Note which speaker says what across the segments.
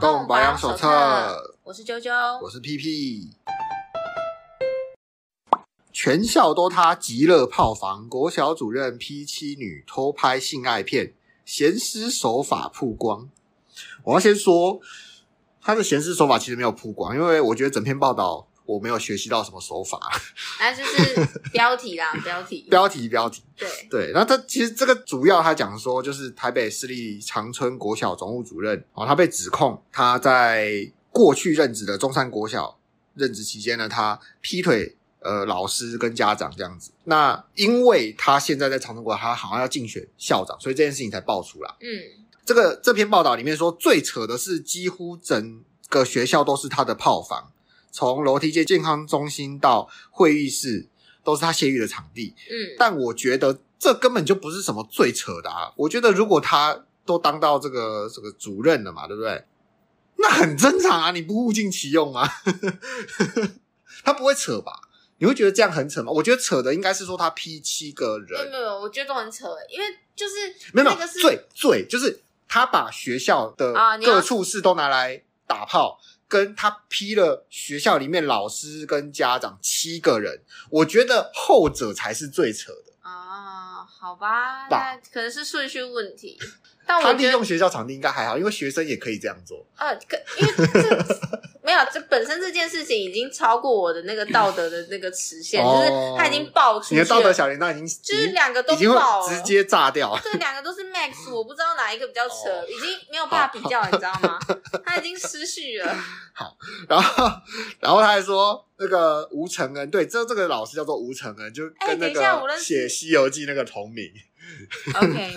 Speaker 1: 动保养手册，
Speaker 2: 我是啾啾，
Speaker 1: 我是屁屁。全校都他极乐炮房国小主任 P 七女偷拍性爱片，咸湿手法曝光。我要先说，他的咸湿手法其实没有曝光，因为我觉得整篇报道我没有学习到什么手法。
Speaker 2: 那哎就是标题啦，标题，
Speaker 1: 标题标题，
Speaker 2: 对，
Speaker 1: 对，那他其实这个主要他讲说，就是台北市立长春国小总务主任哦，他被指控他在过去任职的中山国小任职期间呢，他劈腿呃老师跟家长这样子。那因为他现在在长春国小，他好像要竞选校长，所以这件事情才爆出来。
Speaker 2: 嗯，
Speaker 1: 这个这篇报道里面说，最扯的是几乎整个学校都是他的炮房，从楼梯间健康中心到会议室都是他泄欲的场地。
Speaker 2: 嗯，
Speaker 1: 但我觉得这根本就不是什么最扯的啊！我觉得如果他都当到这个这个主任了嘛，对不对？那很正常啊，你不物尽其用吗？ 他不会扯吧？你会觉得这样很扯吗？我觉得扯的应该是说他批七个
Speaker 2: 没有
Speaker 1: 人，
Speaker 2: 哎没有，我觉得都很扯，因为就是
Speaker 1: 没有没
Speaker 2: 那
Speaker 1: 有
Speaker 2: 个是
Speaker 1: 最最就是他把学校的
Speaker 2: 啊你要
Speaker 1: 各处事都拿来打炮，跟他批了学校里面老师跟家长七个人，我觉得后者才是最扯的。
Speaker 2: 啊，好吧，
Speaker 1: 吧
Speaker 2: 那可能是顺序问题，但
Speaker 1: 他
Speaker 2: 我
Speaker 1: 利
Speaker 2: 觉
Speaker 1: 用
Speaker 2: 得
Speaker 1: 学校场地应该还好，因为学生也可以这样做。
Speaker 2: 呃，可因为这 没有，这本身这件事情已经超过我的那个道德的那个时限，
Speaker 1: 哦
Speaker 2: 就是他已经爆出去
Speaker 1: 你
Speaker 2: 了，
Speaker 1: 的道德小铃铛已经
Speaker 2: 就是两个都啊
Speaker 1: 已经
Speaker 2: 爆
Speaker 1: 会
Speaker 2: 了，
Speaker 1: 直接炸掉。
Speaker 2: 这两个都是 max，我不知道哪一个比较扯，
Speaker 1: 嗯哦
Speaker 2: 已经没有办法比较，你知道吗？他已经失序 了。
Speaker 1: 然后， 然后他还说那个吴承恩，对，这这个老师叫做吴承恩，就
Speaker 2: 哎
Speaker 1: 跟那
Speaker 2: 等一下我
Speaker 1: 个
Speaker 2: 认识
Speaker 1: 写《西游记》那个同名。
Speaker 2: OK，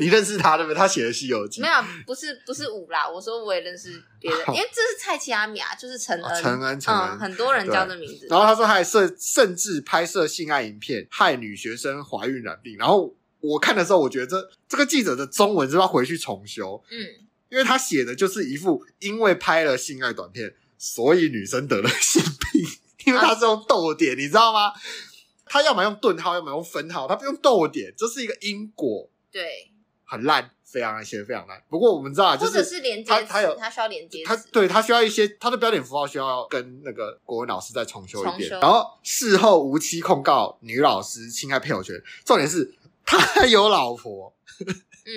Speaker 1: 你认识他对不对？他写的《西游记
Speaker 2: 没》有，不是不是五啦，我说我也认识别人，因为这是蔡奇阿米啊，就是陈
Speaker 1: 哦，
Speaker 2: 恩，
Speaker 1: 承恩，承
Speaker 2: 嗯，
Speaker 1: 恩。
Speaker 2: 很多人叫这名字。
Speaker 1: 然后他说他还甚甚至拍摄性爱影片，害女学生怀孕染病。然后我看的时候，我觉得这这个记者的中文是不是要回去重修。
Speaker 2: 嗯，
Speaker 1: 因为他写的就是一副因为拍了性爱短片，所以女生得了性病， 因为他是用逗点，你知道吗？他要么用顿号，要么用分号，他不用逗点，这是一个因果，
Speaker 2: 对，
Speaker 1: 很烂，非常烂，写的非常烂。不过我们知道啊，就
Speaker 2: 或者
Speaker 1: 是
Speaker 2: 是连接
Speaker 1: 他
Speaker 2: 词，
Speaker 1: 他有
Speaker 2: 他需要连接
Speaker 1: 他
Speaker 2: 词。
Speaker 1: 对他需要一些他的标点符号需要跟那个国文老师再重修一
Speaker 2: 重
Speaker 1: 遍，
Speaker 2: 修
Speaker 1: 然后事后无期控告女老师侵害配偶权，重点是他有老婆。
Speaker 2: 嗯，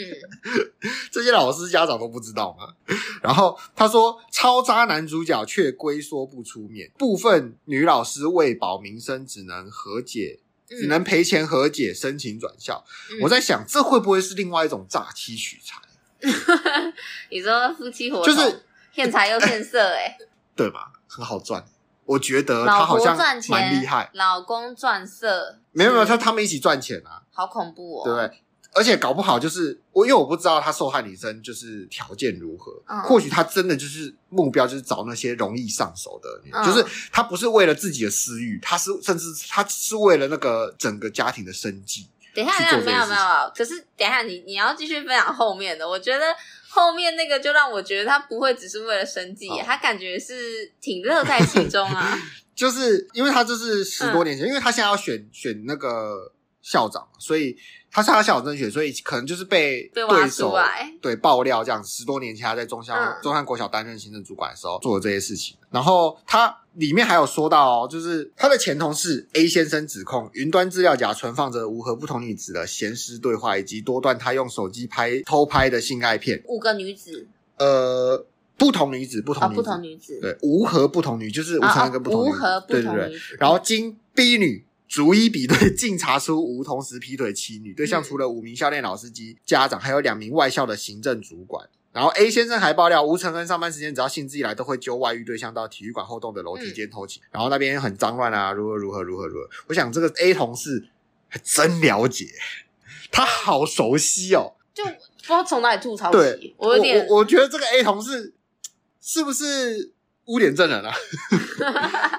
Speaker 1: 这些老师家长都不知道吗？然后他说，超渣男主角却龟缩不出面，部分女老师为保名声，只能和解，只能赔钱和解，申请转校。
Speaker 2: 嗯
Speaker 1: 我在想，这会不会是另外一种诈欺取财，
Speaker 2: 嗯你说夫妻活动
Speaker 1: 就是
Speaker 2: 骗财又骗色，哎，
Speaker 1: 对吧？很好赚，我觉得他
Speaker 2: 老
Speaker 1: 好
Speaker 2: 婆
Speaker 1: 像
Speaker 2: 赚钱，
Speaker 1: 蛮厉害。
Speaker 2: 老公赚色，
Speaker 1: 没有没有，他
Speaker 2: 是
Speaker 1: 他们一起赚钱啊，
Speaker 2: 好恐怖哦，
Speaker 1: 对不对？而且搞不好就是我，因为我不知道他受害女生就是条件如何，
Speaker 2: 嗯
Speaker 1: 或许他真的就是目标就是找那些容易上手的女，
Speaker 2: 嗯
Speaker 1: 就是他不是为了自己的私欲，他是甚至他是为了那个整个家庭的生计。
Speaker 2: 等一下，
Speaker 1: 去
Speaker 2: 等
Speaker 1: 做
Speaker 2: 一下，没有
Speaker 1: 这件事
Speaker 2: 没
Speaker 1: 情
Speaker 2: 有，可是等一下你你要继续分享后面的，我觉得后面那个就让我觉得他不会只是为了生计
Speaker 1: 好，
Speaker 2: 他感觉是挺乐在其中 啊。
Speaker 1: 就是因为他这是十
Speaker 2: 嗯
Speaker 1: 多年前，因为他现在要选选那个校长嘛，所以他是他校长甄选，所以可能就是被
Speaker 2: 被挖
Speaker 1: 对
Speaker 2: 出
Speaker 1: 手
Speaker 2: 来
Speaker 1: 对爆料这样。十多年前他在中山、
Speaker 2: 嗯
Speaker 1: 中山国小担任行政主管的时候做的这些事情，然后他里面还有说到、哦，就是他的前同事 A 先生指控云端资料夹存放着无核不同女子的闲时对话，以及多段他用手机拍偷拍的性爱片，
Speaker 2: 五个女子
Speaker 1: 呃。不同女子，不
Speaker 2: 啊、
Speaker 1: 同
Speaker 2: 哦，
Speaker 1: 女
Speaker 2: 不
Speaker 1: 子，
Speaker 2: 同女子，
Speaker 1: 对，无核不同女，就是吴
Speaker 2: 啊
Speaker 1: 承
Speaker 2: 啊
Speaker 1: 恩跟不同女
Speaker 2: 无
Speaker 1: 子，
Speaker 2: 核不
Speaker 1: 对对
Speaker 2: 同
Speaker 1: 对
Speaker 2: 女子，
Speaker 1: 然后经 B 女逐一比对， 竟查出吴同时劈腿七女，对象除了五名教练老师及家长，还有两名外校的行政主管。然后 A 先生还爆料，吴承恩上班时间只要兴致一来，都会揪外遇对象到体育馆后洞的楼梯间偷情，然后那边很脏乱啊，如何如何如何如何。我想这个 A 同事还真了解，他好熟悉哦。
Speaker 2: 不知道从哪里吐槽
Speaker 1: 对
Speaker 2: 起，，我有点
Speaker 1: 我我觉得这个 A 同事是不是污点证 人啊？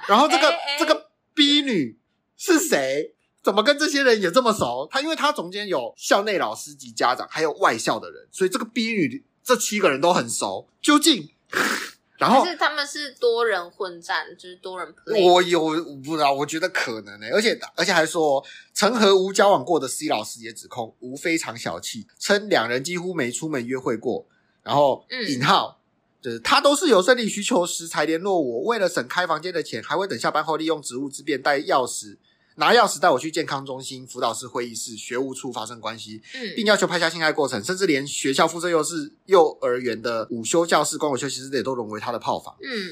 Speaker 1: 然后这个、
Speaker 2: 哎哎
Speaker 1: 这个 B 女是谁？怎么跟这些人也这么熟？她因为她中间有校内老师及家长，还有外校的人，所以这个 B 女这七个人都很熟。究竟， 然后
Speaker 2: 可是他们是多人混战，就是多人 play，
Speaker 1: 我有我不知道，我觉得可能欸呢、而且而且还说，曾和吴交往过的 C 老师也指控吴非常小气，称两人几乎没出门约会过，然后
Speaker 2: 嗯
Speaker 1: 引号、就是他都是有生理需求时才联络我，为了省开房间的钱，还会等下班后利用职务之便带钥匙，拿钥匙带我去健康中心、辅导室、会议室、学务处发生关系，
Speaker 2: 嗯，
Speaker 1: 并要求拍下性爱过程，甚至连学校附设幼稚幼儿园的午休教室、公有休息室也都沦为他的炮房。
Speaker 2: 嗯，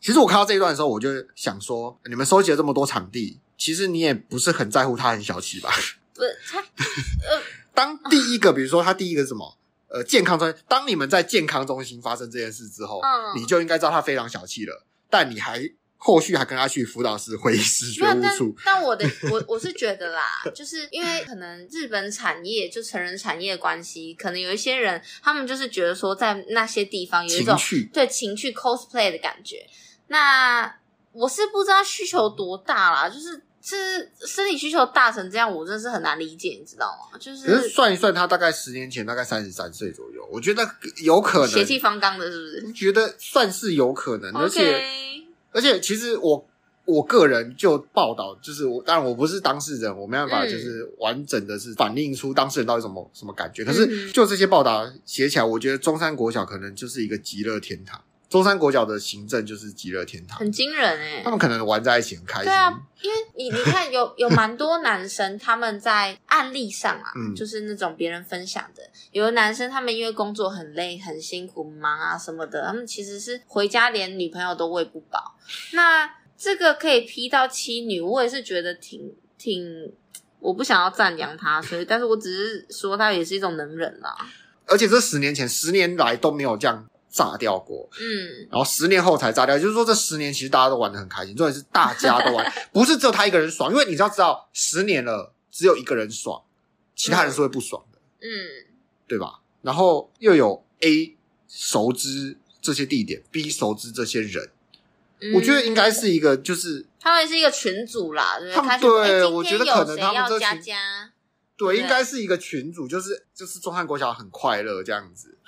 Speaker 1: 其实我看到这一段的时候，我就想说，你们收集了这么多场地，其实你也不是很在乎他很小气吧？
Speaker 2: 不是他，
Speaker 1: 当第一个，比如说他第一个是什么？呃，健康中心，当你们在健康中心发生这件事之后，
Speaker 2: 嗯
Speaker 1: 你就应该知道他非常小气了，但你还后续还跟他去辅导室、会议室、学
Speaker 2: 没有
Speaker 1: 务
Speaker 2: 但
Speaker 1: 处，
Speaker 2: 但我的我我是觉得啦，就是因为可能日本产业就成人产业的关系，可能有一些人他们就是觉得说在那些地方有一
Speaker 1: 情
Speaker 2: 种
Speaker 1: 趣。
Speaker 2: 对情趣 cosplay 的感觉。那我是不知道需求多大啦，就是是生理需求大成这样，我真的是很难理解，你知道吗？就
Speaker 1: 可是
Speaker 2: 是
Speaker 1: 算一算，他大概十年前大概三十三岁左右，我觉得有可
Speaker 2: 血
Speaker 1: 能，
Speaker 2: 气方刚的，是不是
Speaker 1: 觉得算是有可能，而且。
Speaker 2: ？OK，
Speaker 1: 而且其实我我个人就报道，就是我当然我不是当事人，我没办法
Speaker 2: 嗯
Speaker 1: 就是完整的是反映出当事人到底什么什么感觉。
Speaker 2: 嗯
Speaker 1: 可是
Speaker 2: 哼
Speaker 1: 就这些报道写起来，我觉得中山国小可能就是一个极乐天堂，中山国小的行政就是极乐天堂，
Speaker 2: 很惊人哎、
Speaker 1: 他们可能玩在一起很开心
Speaker 2: 对。啊，因为你你看有有蛮多男生他们在案例上啊，
Speaker 1: 嗯
Speaker 2: 就是那种别人分享的，有的男生他们因为工作很累、很辛苦、忙啊什么的，他们其实是回家连女朋友都喂不饱。那这个可以批到妻女，我也是觉得挺挺。我不想要赞扬他，所以，但是我只是说他也是一种能忍 啦。
Speaker 1: 而且这十年前，十年来都没有这样炸掉过，
Speaker 2: 嗯，
Speaker 1: 然后十年后才炸掉，也就是说这十年其实大家都玩的很开心，重点是大家都玩， 不是只有他一个人爽，因为你知道，知道十年了，只有一个人爽，其他人是会不爽的，
Speaker 2: 嗯，
Speaker 1: 对吧？然后又有 A 熟知这些地点，B 熟知这些人，
Speaker 2: 嗯
Speaker 1: 我觉得应该是一个就是
Speaker 2: 他们是一个群组啦，对不
Speaker 1: 他
Speaker 2: 对？
Speaker 1: 们
Speaker 2: 他就
Speaker 1: 对
Speaker 2: 哎今
Speaker 1: 我觉
Speaker 2: 天
Speaker 1: 得可能
Speaker 2: 有谁
Speaker 1: 他们
Speaker 2: 要
Speaker 1: 这
Speaker 2: 加
Speaker 1: 群
Speaker 2: 加，
Speaker 1: 对，
Speaker 2: 对
Speaker 1: 应该是一个群主，就是就是中汉国小很快乐这样子，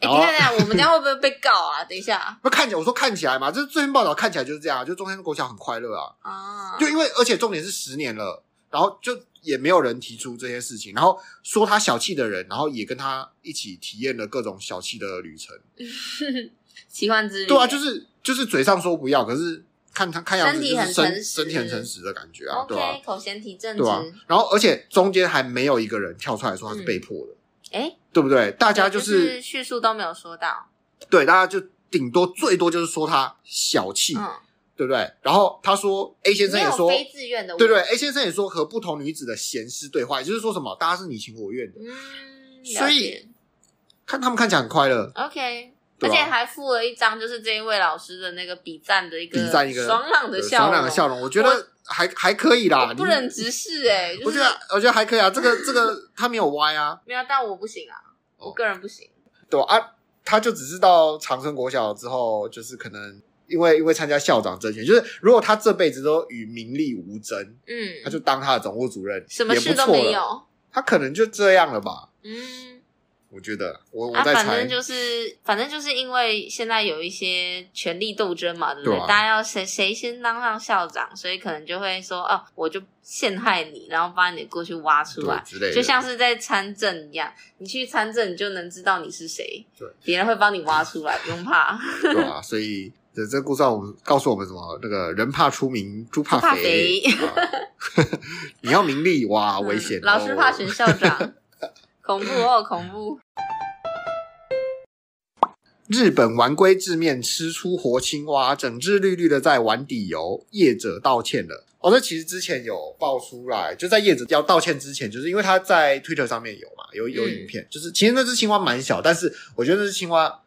Speaker 2: 哎、
Speaker 1: 然后
Speaker 2: 等一下，等一下，我们家会不会被告啊？等一下
Speaker 1: 不看起来我说看起来嘛，就是这篇报道看起来就是这样啊，就中山国小很快乐啊，
Speaker 2: 啊，
Speaker 1: 就因为而且重点是十年了，然后就也没有人提出这些事情，然后说他小气的人，然后也跟他一起体验了各种小气的旅程。
Speaker 2: 奇幻之旅，
Speaker 1: 对啊，就是就是嘴上说不要，可是看他看样子
Speaker 2: 身体
Speaker 1: 就是
Speaker 2: 很
Speaker 1: 身
Speaker 2: 诚实
Speaker 1: 身体很诚实的感觉啊，
Speaker 2: OK，
Speaker 1: 对啊，
Speaker 2: 口嫌体正直
Speaker 1: 对，啊。然后而且中间还没有一个人跳出来说他是被迫的，
Speaker 2: 哎、
Speaker 1: 对不对？大
Speaker 2: 大
Speaker 1: 家就、
Speaker 2: 就是叙述都没有说到，
Speaker 1: 对，大家就顶多最多就是说他小气，
Speaker 2: 嗯，
Speaker 1: 对不对？然后他说 A 先生
Speaker 2: 没
Speaker 1: 也
Speaker 2: 有
Speaker 1: 说。
Speaker 2: 非自愿的，
Speaker 1: 对对，，A 先生也说和不同女子的闲诗对话，也就是说什么大家是你情我愿的，
Speaker 2: 嗯，
Speaker 1: 所以
Speaker 2: 了解
Speaker 1: 看他们看起来很快乐，
Speaker 2: OK。
Speaker 1: 对
Speaker 2: 而
Speaker 1: 啊
Speaker 2: 且还附了一张，就是这一位老师的那个比赞的一个
Speaker 1: 比赞一个
Speaker 2: 爽朗的
Speaker 1: 对
Speaker 2: 笑
Speaker 1: 爽
Speaker 2: 容，
Speaker 1: 朗的笑容，我觉得还还可以啦，
Speaker 2: 我不
Speaker 1: 你
Speaker 2: 忍直视哎、就
Speaker 1: 我觉
Speaker 2: 是
Speaker 1: 得我觉得还可以啊，这个这个他没有歪啊，
Speaker 2: 没有，但我不行啊，我个人不行，
Speaker 1: 对吧啊，他就只是到长春国小之后，就是可能因为因为参加校长甄选，就是如果他这辈子都与名利无争，
Speaker 2: 嗯，
Speaker 1: 他就当他的总务主任
Speaker 2: 什么
Speaker 1: 啊也不
Speaker 2: 事都
Speaker 1: 错
Speaker 2: 没
Speaker 1: 了，
Speaker 2: 有，
Speaker 1: 他可能就这样了吧，
Speaker 2: 嗯，
Speaker 1: 我觉得我我
Speaker 2: 啊，
Speaker 1: 在
Speaker 2: 反
Speaker 1: 猜
Speaker 2: 正，就是，反正就是因为现在有一些权力斗争嘛，对不对？
Speaker 1: 对啊
Speaker 2: 大家要谁谁先当上校长，所以可能就会说，哦，我就陷害你，然后把你的过去挖出
Speaker 1: 对
Speaker 2: 来，
Speaker 1: 之类的，
Speaker 2: 就像是在参政一样，你去参政，你就能知道你是谁，
Speaker 1: 对，
Speaker 2: 别人会帮你挖出来，不用怕。
Speaker 1: 对啊，所以这这故事让我们告诉我们什么？那个人怕出名，猪怕
Speaker 2: 猪怕
Speaker 1: 肥。啊 你要名利哇，危险、
Speaker 2: 嗯老师怕
Speaker 1: 哦
Speaker 2: 选校 长，恐怖哦，恐怖。
Speaker 1: 日本玩龟制面吃出活青蛙，整只绿绿的在碗底游，业者道歉了。哦，这其实之前有爆出来，就在业者要道歉之前，就是因为他在 Twitter 上面有嘛，有有
Speaker 2: 嗯
Speaker 1: 影片，就是其实那只青蛙蛮小，但是我觉得那只青蛙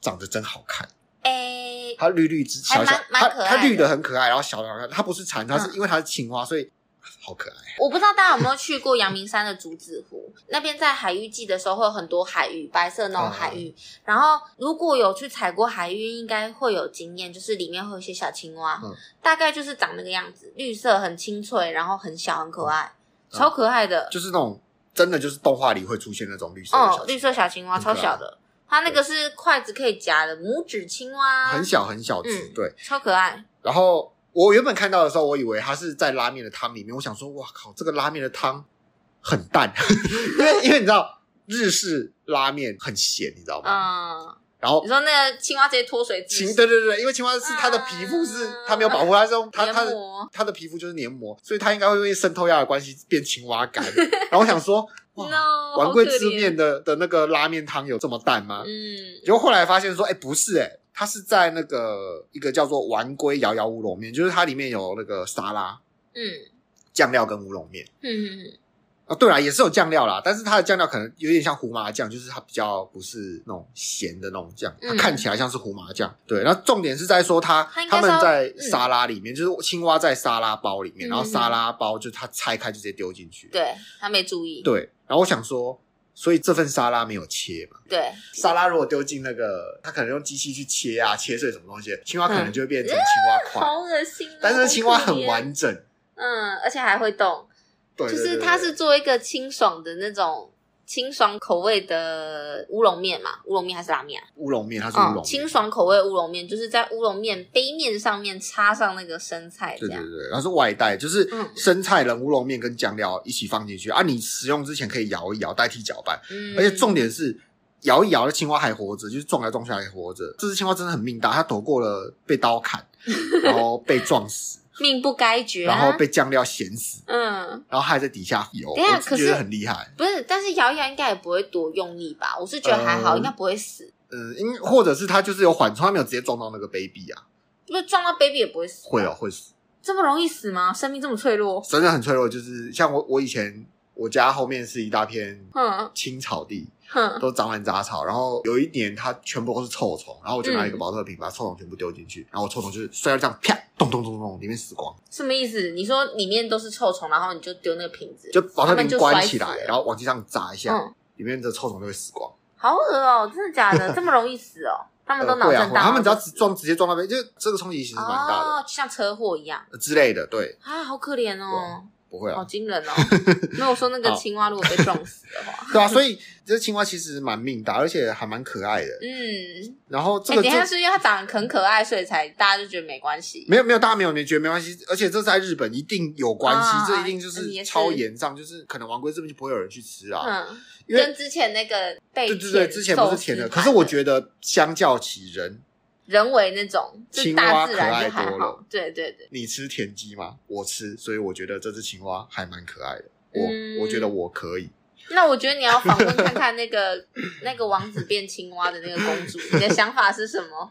Speaker 1: 长得真好看，
Speaker 2: 哎、
Speaker 1: 它绿绿只小
Speaker 2: 还蛮
Speaker 1: 小，
Speaker 2: 蛮
Speaker 1: 它
Speaker 2: 可
Speaker 1: 它
Speaker 2: 爱的
Speaker 1: 绿的很可爱，然后小的好看，它不是蝉，它是
Speaker 2: 嗯
Speaker 1: 因为它是青蛙，所以好可爱。
Speaker 2: 我不知道大家有没有去过阳明山的竹子湖， 那边在海芋季的时候会有很多海芋，白色那种海芋。
Speaker 1: 哦
Speaker 2: 然后如果有去采过海芋，应该会有经验，就是里面会有一些小青蛙，
Speaker 1: 嗯
Speaker 2: 大概就是长那个样子，绿色很清脆，然后很小很可爱，
Speaker 1: 嗯
Speaker 2: 超可爱的。
Speaker 1: 就是那种真的就是动画里会出现那种嗯绿色的
Speaker 2: 哦
Speaker 1: 小，
Speaker 2: 绿色小青蛙
Speaker 1: 很可爱
Speaker 2: 超小的，它那个是筷子可以夹的拇指青蛙，
Speaker 1: 很，小很小只，
Speaker 2: 嗯
Speaker 1: 对。
Speaker 2: 超可爱。
Speaker 1: 然后我原本看到的时候，我以为它是在拉面的汤里面，我想说，哇靠，这个拉面的汤很 淡，因为因为你知道日式拉面很咸，你知道吗？
Speaker 2: 嗯，
Speaker 1: 然后
Speaker 2: 你说那个青蛙直接脱水致
Speaker 1: 青，
Speaker 2: 死，
Speaker 1: 对对对，因为青蛙是它的皮肤是
Speaker 2: 啊
Speaker 1: 它没有保护，它是用它
Speaker 2: 黏
Speaker 1: 它的
Speaker 2: 膜
Speaker 1: 它的皮肤就是黏膜，所以它应该会因为渗透压的关系变青蛙干。然后我 想说，哇，
Speaker 2: ，no，
Speaker 1: 丸
Speaker 2: 好
Speaker 1: 贵
Speaker 2: 可
Speaker 1: 之
Speaker 2: 怜
Speaker 1: 面，的的那个拉面汤有这么淡吗？
Speaker 2: 嗯，
Speaker 1: 结果后来发现说，哎、不是、哎，它是在那个一个叫做丸龟摇摇乌龙面，就是它里面有那个沙拉
Speaker 2: 嗯
Speaker 1: 酱料跟乌龙面。
Speaker 2: 嗯嗯，嗯
Speaker 1: 啊，对啦，也是有酱料啦，但是它的酱料可能有点像胡麻酱，就是它比较不是那种咸的那种酱，它
Speaker 2: 嗯
Speaker 1: 看起来像是胡麻酱。对，然后重点是在说它
Speaker 2: 它应该
Speaker 1: 他
Speaker 2: 是
Speaker 1: 们
Speaker 2: 要
Speaker 1: 在
Speaker 2: 嗯
Speaker 1: 沙拉里面，就是青蛙在沙拉包里面，然后
Speaker 2: 嗯嗯嗯
Speaker 1: 沙拉包就它拆开就直接丢进去。
Speaker 2: 对他没注意，
Speaker 1: 对，然后我想说，所以这份沙拉没有切嘛？
Speaker 2: 对，
Speaker 1: 沙拉如果丢进那个，它可能用机器去切啊，切碎什么东西，青蛙可能就会变成青蛙块，
Speaker 2: 好恶心哦，
Speaker 1: 但是青蛙
Speaker 2: 嗯好可
Speaker 1: 很
Speaker 2: 怜
Speaker 1: 完整，
Speaker 2: 嗯，而且还会动，
Speaker 1: 对
Speaker 2: 就
Speaker 1: 对
Speaker 2: 是
Speaker 1: 对
Speaker 2: 它
Speaker 1: 对
Speaker 2: 是做一个清爽的那种清爽口味的乌龙面嘛，乌龙面还是拉面啊？
Speaker 1: 乌龙面，它是乌
Speaker 2: 嗯，
Speaker 1: 龙面
Speaker 2: 清爽口味乌龙面，就是在乌龙面杯面上面插上那个生菜这
Speaker 1: 对对
Speaker 2: 样。
Speaker 1: 对，它是外带，就是
Speaker 2: 嗯
Speaker 1: 生菜、冷乌龙面跟酱料一起放进去啊。你食用之前可以摇一摇，代替搅拌。
Speaker 2: 嗯，
Speaker 1: 而且重点是，摇一摇的青蛙还活着，就是撞来撞去还活着。这只青蛙真的很命大，它躲过了被刀 砍，然后被撞死，
Speaker 2: 命不该绝、啊。
Speaker 1: 然后被酱料咸死，
Speaker 2: 嗯，
Speaker 1: 然后还在底下游。
Speaker 2: 等一下
Speaker 1: 我
Speaker 2: 可
Speaker 1: 是
Speaker 2: 是
Speaker 1: 觉得很厉害。
Speaker 2: 不是，但是摇一摇应该也不会多用力吧？我是觉得还好，
Speaker 1: 呃
Speaker 2: 应该不会死，
Speaker 1: 嗯，因或者是它就是有缓冲，它没有直接撞到那个 baby 啊，
Speaker 2: 不是撞到 baby 也不会死。啊
Speaker 1: 会哦，会死，
Speaker 2: 这么容易死吗？生命这么脆弱？
Speaker 1: 真的很脆弱。就是像我，我以前我家后面是一大片
Speaker 2: 哼
Speaker 1: 青草地，
Speaker 2: 哼，
Speaker 1: 都长满杂草，然后有一年它全部都是臭虫，然后我就
Speaker 2: 嗯
Speaker 1: 拿一个保特瓶把臭虫全部丢进去，然后臭虫就是摔到这样啪咚咚咚咚，里面死光，
Speaker 2: 什么意思？你说里面都是臭虫，然后你就丢那个瓶子，
Speaker 1: 就保特
Speaker 2: 它们
Speaker 1: 瓶
Speaker 2: 就
Speaker 1: 关
Speaker 2: 摔
Speaker 1: 起
Speaker 2: 死
Speaker 1: 来，
Speaker 2: 了
Speaker 1: 然后往地上砸一下，
Speaker 2: 嗯，
Speaker 1: 里面的臭虫就会死光。
Speaker 2: 好恶哦、真的假的？这么容易死 哦、他
Speaker 1: 他
Speaker 2: 们都脑震荡、
Speaker 1: 啊呃他们只要
Speaker 2: 然后就
Speaker 1: 直撞直接撞到边，就这个冲击其实蛮大的、呃
Speaker 2: 哦，就像车祸一样
Speaker 1: 之类的，对，
Speaker 2: 啊，好可怜哦、
Speaker 1: 不会
Speaker 2: 好
Speaker 1: 啊，
Speaker 2: 惊人 哦、没有说那个
Speaker 1: 好
Speaker 2: 青蛙如果被撞死的话，
Speaker 1: 对啊，所以这青蛙其实蛮命大，而且还蛮可爱的。
Speaker 2: 嗯，
Speaker 1: 然后这
Speaker 2: 哎、
Speaker 1: 个
Speaker 2: 等一下
Speaker 1: 这
Speaker 2: 是因为它长得很可爱，所以才大家就觉得没关系。
Speaker 1: 没有没有，大家没有没觉得没关系，而且这在日本一定有关系，
Speaker 2: 啊
Speaker 1: 这一定就
Speaker 2: 嗯也是
Speaker 1: 超严上，就是可能王龟这边就不会有人去吃啊，
Speaker 2: 嗯，
Speaker 1: 因为
Speaker 2: 跟之前那个被
Speaker 1: 对对对，
Speaker 2: 舔
Speaker 1: 之前不是甜的，可是我觉得相较起人，
Speaker 2: 人为那种，就
Speaker 1: 青
Speaker 2: 大
Speaker 1: 蛙
Speaker 2: 自
Speaker 1: 可
Speaker 2: 然
Speaker 1: 爱
Speaker 2: 就还
Speaker 1: 多
Speaker 2: 好
Speaker 1: 了。
Speaker 2: 对对对，
Speaker 1: 你吃田鸡吗？我吃，所以我觉得这只青蛙还蛮可爱的。我、
Speaker 2: 嗯
Speaker 1: 我觉得我可以，
Speaker 2: 那我觉得你要访问看看那个 那个王子变青蛙的那个公主， 你的想法是什么？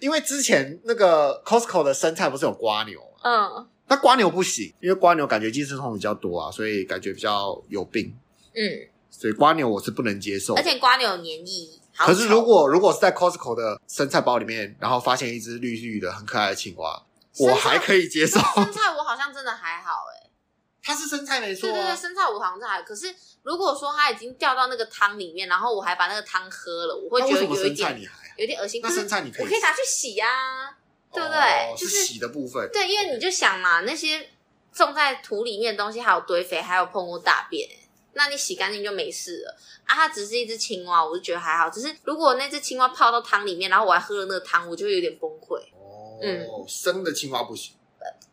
Speaker 1: 因为之前那个 Costco 的生菜不是有瓜牛吗？
Speaker 2: 嗯
Speaker 1: 那瓜牛不行，因为瓜牛感觉寄生虫比较多啊，所以感觉比较有病，
Speaker 2: 嗯，
Speaker 1: 所以瓜牛我是不能接受的。
Speaker 2: 而且瓜牛有黏液，好
Speaker 1: 可是
Speaker 2: 丑
Speaker 1: 如果如果是在 Costco 的生菜包里面，然后发现一只绿绿的很可爱的青蛙，我
Speaker 2: 生菜
Speaker 1: 还可以接受。
Speaker 2: 生菜我好像真的还好哎、
Speaker 1: 它是生菜没错、
Speaker 2: 对对对，
Speaker 1: 啊，
Speaker 2: 生菜我好像真的还好。可是如果说它已经掉到那个汤里面，然后我还把那个汤喝了，我会
Speaker 1: 那
Speaker 2: 觉
Speaker 1: 为
Speaker 2: 得
Speaker 1: 什么
Speaker 2: 有一
Speaker 1: 生菜
Speaker 2: 点
Speaker 1: 你还好？
Speaker 2: 有点恶心。
Speaker 1: 那
Speaker 2: 可是
Speaker 1: 生菜你可以
Speaker 2: 我可以拿去洗啊呀、对不对？
Speaker 1: 哦
Speaker 2: 就是是
Speaker 1: 洗的部分。
Speaker 2: 对，因为你就想嘛，那些种在土里面的东西，还有堆肥，还有碰过大便，那你洗干净就没事了啊。它只是一只青蛙，我就觉得还好。只是如果那只青蛙泡到汤里面，然后我还喝了那个汤，我就会有点崩溃。
Speaker 1: 哦，
Speaker 2: 嗯
Speaker 1: 生的青蛙不行，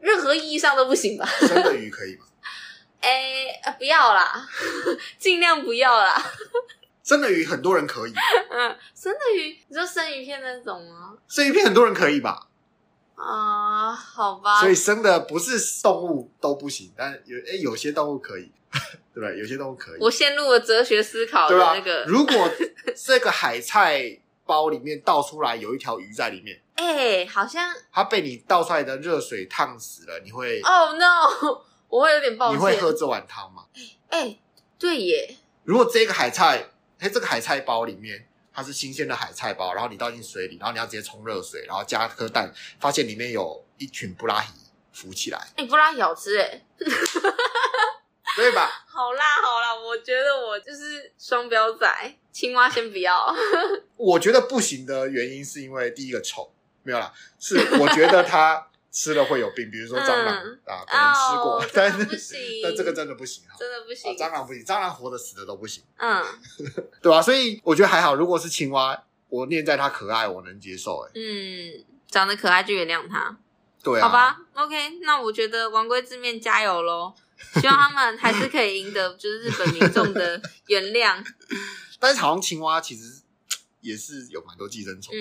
Speaker 2: 任何意义上都不行吧？
Speaker 1: 生的鱼可以吗？
Speaker 2: 哎、呃不要啦， 尽量不要啦。
Speaker 1: 生的鱼很多人可以，
Speaker 2: 嗯，生的鱼，你说生鱼片那种吗？
Speaker 1: 生鱼片很多人可以吧？
Speaker 2: 啊、好吧
Speaker 1: 所，以生的不是动物都不行，但有哎、有些动物可以， 对不对？有些动物可以，
Speaker 2: 我陷入了哲学思考的
Speaker 1: 对吧？啊
Speaker 2: 那个。
Speaker 1: 如果这个海菜包里面倒出来有一条鱼在里面，
Speaker 2: 哎、好像
Speaker 1: 它被你倒出来的热水烫死了，你会、
Speaker 2: ，Oh no，我 会有点抱歉。
Speaker 1: 你会喝这碗汤吗？
Speaker 2: 哎、对耶，
Speaker 1: 如果这个海菜，哎，这个海菜包里面它是新鲜的海菜包，然后你倒进水里，然后你要直接冲热水，然后加颗蛋，发现里面有一群布拉提浮起来，
Speaker 2: 哎、不拉也好吃哎，
Speaker 1: 对吧？
Speaker 2: 好啦好啦，我觉得我就是双标仔，青蛙先不要，
Speaker 1: 我觉得不行的原因是因为第一个丑，没有啦，是我觉得它吃了会有病，比如说蟑螂、
Speaker 2: 嗯
Speaker 1: 啊，可能吃过，
Speaker 2: 哦
Speaker 1: 但
Speaker 2: 真的不
Speaker 1: 是
Speaker 2: 行，
Speaker 1: 但这个真的不行哈。
Speaker 2: 真的不
Speaker 1: 啊
Speaker 2: 行，
Speaker 1: 蟑螂不行，蟑螂活的死的都不行，
Speaker 2: 嗯
Speaker 1: 对啊吧、所以我觉得还好，如果是青蛙，我念在它可爱，我能接受、欸。哎，
Speaker 2: 嗯，长得可爱就原谅他，
Speaker 1: 对啊，
Speaker 2: 好，吧，OK，那我觉得王龟字面加油喽。 希望他们还是可以赢得，就是日本民众的原谅。
Speaker 1: 但是好像青蛙其实也也是有蛮多寄生虫。
Speaker 2: 嗯，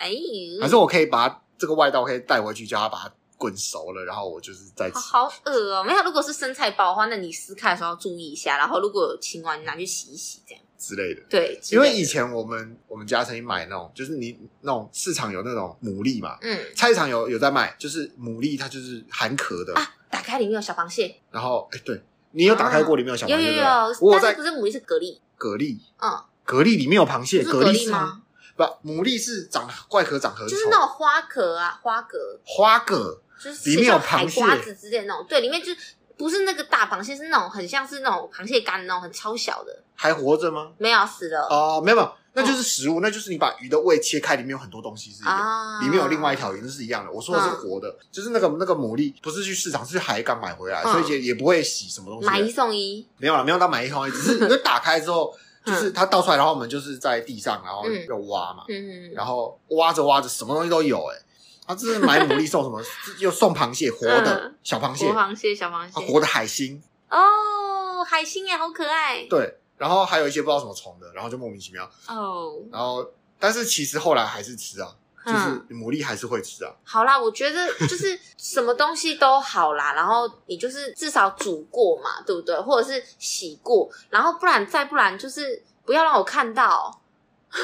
Speaker 2: 哎呦，
Speaker 1: 还是我可以把这个外道可以带回去，叫他把它滚熟了，然后我就是再吃。
Speaker 2: 好好恶哦、没有，如果是生菜包的话，那你撕开的时候要注意一下，然后如果有青蛙，你拿去洗一洗，这样
Speaker 1: 之类的。
Speaker 2: 对。之
Speaker 1: 因为
Speaker 2: 类的
Speaker 1: 以前我们我们家曾经买那种，就是你那种市场有那种牡蛎嘛，
Speaker 2: 嗯，
Speaker 1: 菜市场有有在卖，就是牡蛎它就是含壳的，
Speaker 2: 啊打开里面有小螃蟹，
Speaker 1: 然后哎、对你有打开过里面有小螃蟹
Speaker 2: 有有
Speaker 1: 对不对
Speaker 2: 啊有，
Speaker 1: 我有
Speaker 2: 但是
Speaker 1: 在
Speaker 2: 不是牡蛎是蛤蜊，
Speaker 1: 蛤蜊，
Speaker 2: 嗯，
Speaker 1: 蛤蜊里面有螃蟹，
Speaker 2: 不是
Speaker 1: 蛤
Speaker 2: 蛤
Speaker 1: 蜊
Speaker 2: 蜊
Speaker 1: 是
Speaker 2: 吗？
Speaker 1: 不，牡蛎是长外壳长壳虫，
Speaker 2: 就是那种花壳啊，花蛤，
Speaker 1: 花蛤，
Speaker 2: 就是
Speaker 1: 里面有
Speaker 2: 像海
Speaker 1: 螃蟹
Speaker 2: 瓜子之类的那种，对，里面就是不是那个大螃蟹，是那种很像是那种螃蟹干那种很超小的，
Speaker 1: 还活着吗？
Speaker 2: 没有死了
Speaker 1: 哦、没有没有，那就是食物，那就是你把鱼的胃切开，里面有很多东西是一样的。
Speaker 2: 嗯啊嗯
Speaker 1: 里面有另外一条鱼，那是一样的。我说的是活的，就是那个那个牡蛎，不是去市场，是去海港买回来，
Speaker 2: 嗯
Speaker 1: 所以也也不会洗什么东西的。
Speaker 2: 买一送一，
Speaker 1: 没有了，没有到买一桶，只 是因为打开之后，就是它倒出来，然后我们就是在地上，然后
Speaker 2: 嗯
Speaker 1: 就挖嘛，
Speaker 2: 嗯，
Speaker 1: 然后挖着挖着，什么东西都有哎、欸。他这是买牡蛎送什么？又送螃蟹，活的
Speaker 2: 嗯
Speaker 1: 小螃蟹，
Speaker 2: 活
Speaker 1: 啊
Speaker 2: 螃蟹、小螃蟹，
Speaker 1: 活的海星，
Speaker 2: 哦，海星也好可爱，
Speaker 1: 对，然后还有一些不知道什么虫的，然后就莫名其妙，
Speaker 2: 哦，
Speaker 1: 然后但是其实后来还是吃啊，就是
Speaker 2: 嗯
Speaker 1: 牡蛎还是会吃啊，
Speaker 2: 好啦，我觉得就是什么东西都好啦，然后你就是至少煮过嘛，对不对？或者是洗过，然后不然再不然就是不要让我看到，